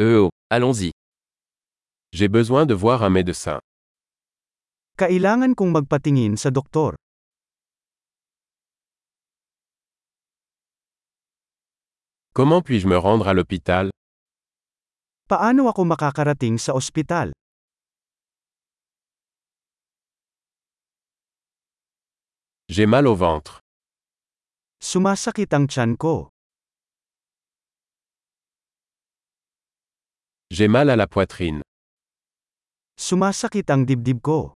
Euh oh, allons-y. J'ai besoin de voir un médecin. Kailangan kong magpatingin sa doktor. Comment puis-je me rendre à l'hôpital Paano ako makakarating sa ospital? J'ai mal au ventre. Sumasakit ang tiyan ko. J'ai mal à la poitrine. Sumasakit ang dibdib ko.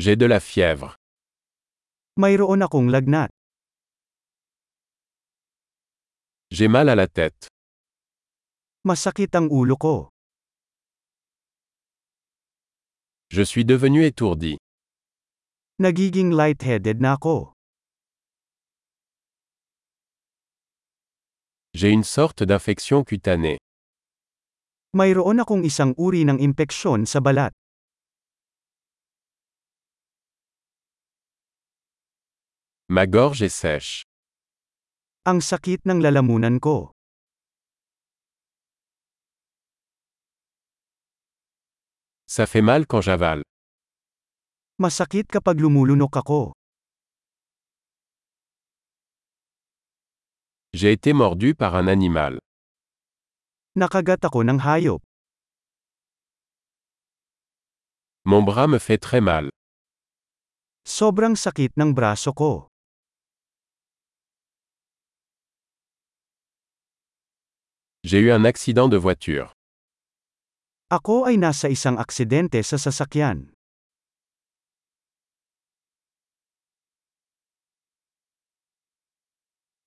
J'ai de la fièvre. Mayroon akong lagnat. J'ai mal à la tête. Masakit ang ulo ko. Je suis devenu étourdi. Nagiging lightheaded na ako. J'ai une sorte d'infection cutanée. Mayroon akong isang uri ng impeksyon sa balat. Ma gorge est sèche. Ang sakit ng lalamunan ko. Ça fait mal quand j'avale. Masakit kapag lumulunok ako. J'ai été mordu par un animal. Nakagat ako ng hayop. Mon bras me fait très mal. Sobrang sakit ng braso ko. J'ai eu un accident de voiture. Ako ay nasa isang aksidente sa sasakyan.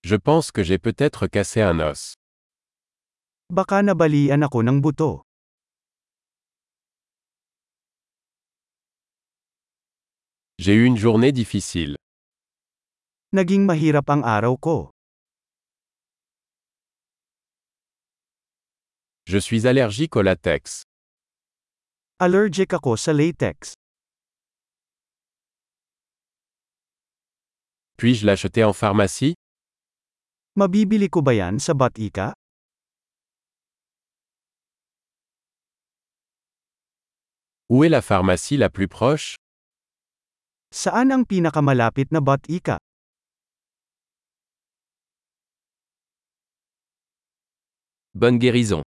Je pense que j'ai peut-être cassé un os. Baka nabalian ako ng buto. J'ai eu une journée difficile. Naging mahirap ang araw ko. Je suis allergique au latex. Allergic ako sa latex. Puis-je l'acheter en pharmacie Mabibili ko ba yan sa Batika? Où est la pharmacie la plus proche Saan ang pinakamalapit na Batika? Bonne guérison.